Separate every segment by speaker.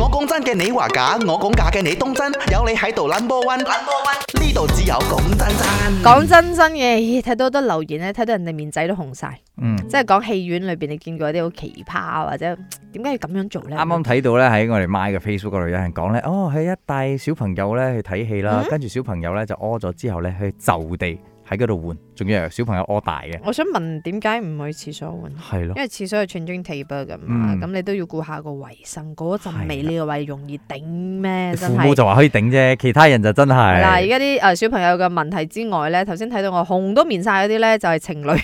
Speaker 1: 我講真嘅，你話假；我講假嘅，你當真。有你喺度 number one，number one，呢度只有講真
Speaker 2: 嗯
Speaker 1: 真。
Speaker 3: 講真真嘅，咦睇到好多留言咧，睇到人哋面仔都紅晒，
Speaker 2: 嗯，
Speaker 3: 即係講戲院裏邊你見過啲好奇葩啊或者點解要咁樣做咧？
Speaker 2: 啱啊啱睇到咧喺我哋 My 嘅 Facebook 嗰度有人講咧，哦，佢一帶小朋友咧去睇戲啦，跟住小朋友咧就屙咗之後咧，佢就地喺嗰度換，仲要係小朋友屙大嘅，
Speaker 3: 我想問點解唔去廁所換？
Speaker 2: 係咯
Speaker 3: 因，為廁所係 changing table 咁嘛，
Speaker 2: 嗯
Speaker 3: 咁、你都要顧下個衞生，嗰陣味
Speaker 2: 係啦
Speaker 3: 你個胃容易頂咩？真
Speaker 2: 父母
Speaker 3: 係。
Speaker 2: 就話可以頂啫，其他人就真
Speaker 3: 嗱，而
Speaker 2: 係，
Speaker 3: 家啲誒呃小朋友嘅問題之外咧，頭先睇到我紅都面晒嗰啲咧，就係情侶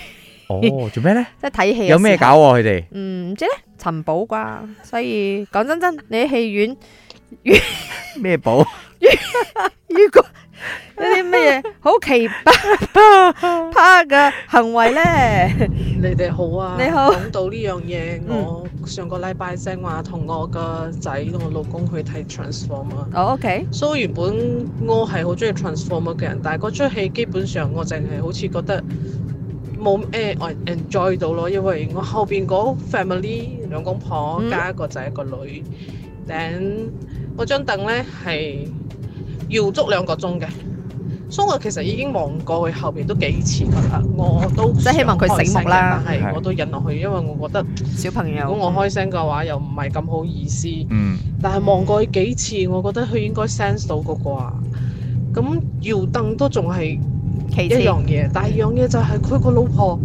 Speaker 2: 哦，做咩咧？
Speaker 3: 即係睇戲嘅
Speaker 2: 有咩
Speaker 3: 時候
Speaker 2: 搞喎佢哋？
Speaker 3: 嗯，唔知咧，尋寶啩。所以講真真，你喺戲院
Speaker 2: 咩 寶？
Speaker 3: 如 果有啲乜嘢好奇 葩葩嘅行 為咧，
Speaker 4: 你哋好啊！
Speaker 3: 你好
Speaker 4: 講到呢樣嘢，
Speaker 3: 嗯
Speaker 4: 我上個禮拜正話同我個仔同我老公去睇 Transformer。
Speaker 3: 我屋企
Speaker 4: 所以原本我係好中意 Transformer 嘅人，但係嗰出戲基本上我淨係好似覺得冇咩我 enjoy 到咯，因為我後邊嗰 family 兩公婆
Speaker 3: 嗯
Speaker 4: 加一個仔一個女，頂嗰張凳咧係要足兩個鐘嘅。所以我其實已經望過佢後邊都幾次噶啦，我都
Speaker 3: 即係希望佢醒目啦
Speaker 4: 想開聲嘅但
Speaker 2: 係
Speaker 4: 係我都忍落去，因為我覺得
Speaker 3: 小朋友，
Speaker 4: 如果我開聲嘅話，又唔係咁好意思。
Speaker 2: 嗯，
Speaker 4: 但係望過佢幾次，我覺得佢應該 sense 到嗰個啊。咁搖凳都仲係
Speaker 3: 其
Speaker 4: 一
Speaker 3: 次
Speaker 4: 樣嘢，但係一樣嘢就係佢個老婆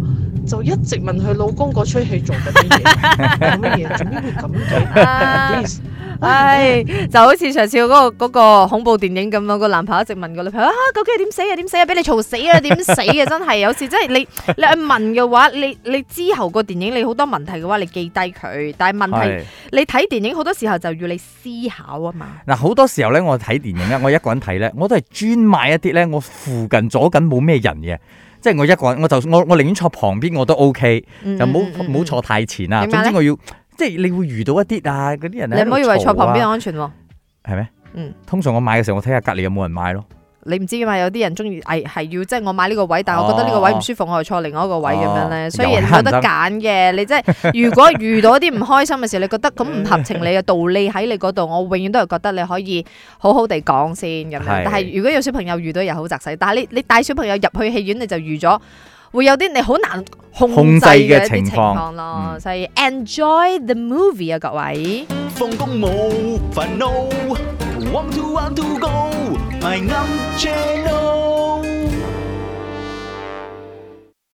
Speaker 4: 就一直問佢老公嗰出戲做緊啲嘢，做乜嘢，做咩會咁 嘅
Speaker 3: 啊
Speaker 4: Please，
Speaker 3: 唉，就好似上次嗰、個嗰個恐怖電影咁樣，個男朋友一直問個女朋友啊，究竟係點死啊？點死啊？俾你嘈死 啊？點死啊？真係有時真係 你你去問嘅話，你你之後個電影你好多問題嘅話，你記低佢。但係問題
Speaker 2: 係。
Speaker 3: 你睇電影好多時候就要你思考啊嘛。
Speaker 2: 嗱，好多時候咧，我睇電影咧，我一個人睇咧，我都係專買一啲咧，我附近左近冇咩人嘅，即係我一個人，我就我我寧願坐旁邊我都 OK，
Speaker 3: 嗯
Speaker 2: 就唔
Speaker 3: 嗯
Speaker 2: 好
Speaker 3: 嗯嗯
Speaker 2: 唔好坐太前啊。
Speaker 3: 點解
Speaker 2: 總
Speaker 3: 呢
Speaker 2: 之我要，即係你會遇到一啲啊嗰啲人
Speaker 3: 你唔好以為坐旁
Speaker 4: 啊
Speaker 3: 邊
Speaker 2: 邊，
Speaker 3: 安全喎，
Speaker 2: 係咩？
Speaker 3: 嗯
Speaker 2: 通常我買嘅時候，我睇下隔離有冇人買咯。
Speaker 3: 你唔知噶嘛？有啲人中意係係要即係我買呢個位，但係我覺得呢個位唔舒服，我又坐另外一個位咁樣咧。
Speaker 2: 哦
Speaker 3: 所以你有得
Speaker 2: 又係唔得
Speaker 3: 揀嘅，你即 係如果遇到啲唔開心嘅事，你覺得咁唔合情理嘅道理喺你嗰度，我永遠都係覺得你可以好好地講先咁樣。
Speaker 2: 係
Speaker 3: 但係如果有小朋友遇到又好責使，但係你你帶小朋友入去戲院，你就預咗會有啲你好難控制
Speaker 2: 控制
Speaker 3: 嘅
Speaker 2: 嘅
Speaker 3: 一啲
Speaker 2: 情況
Speaker 3: 情況咯。
Speaker 2: 嗯
Speaker 3: 所以 enjoy the movie 啊，各位。
Speaker 1: 放工冇煩惱，one two one two go，咪啱 channel。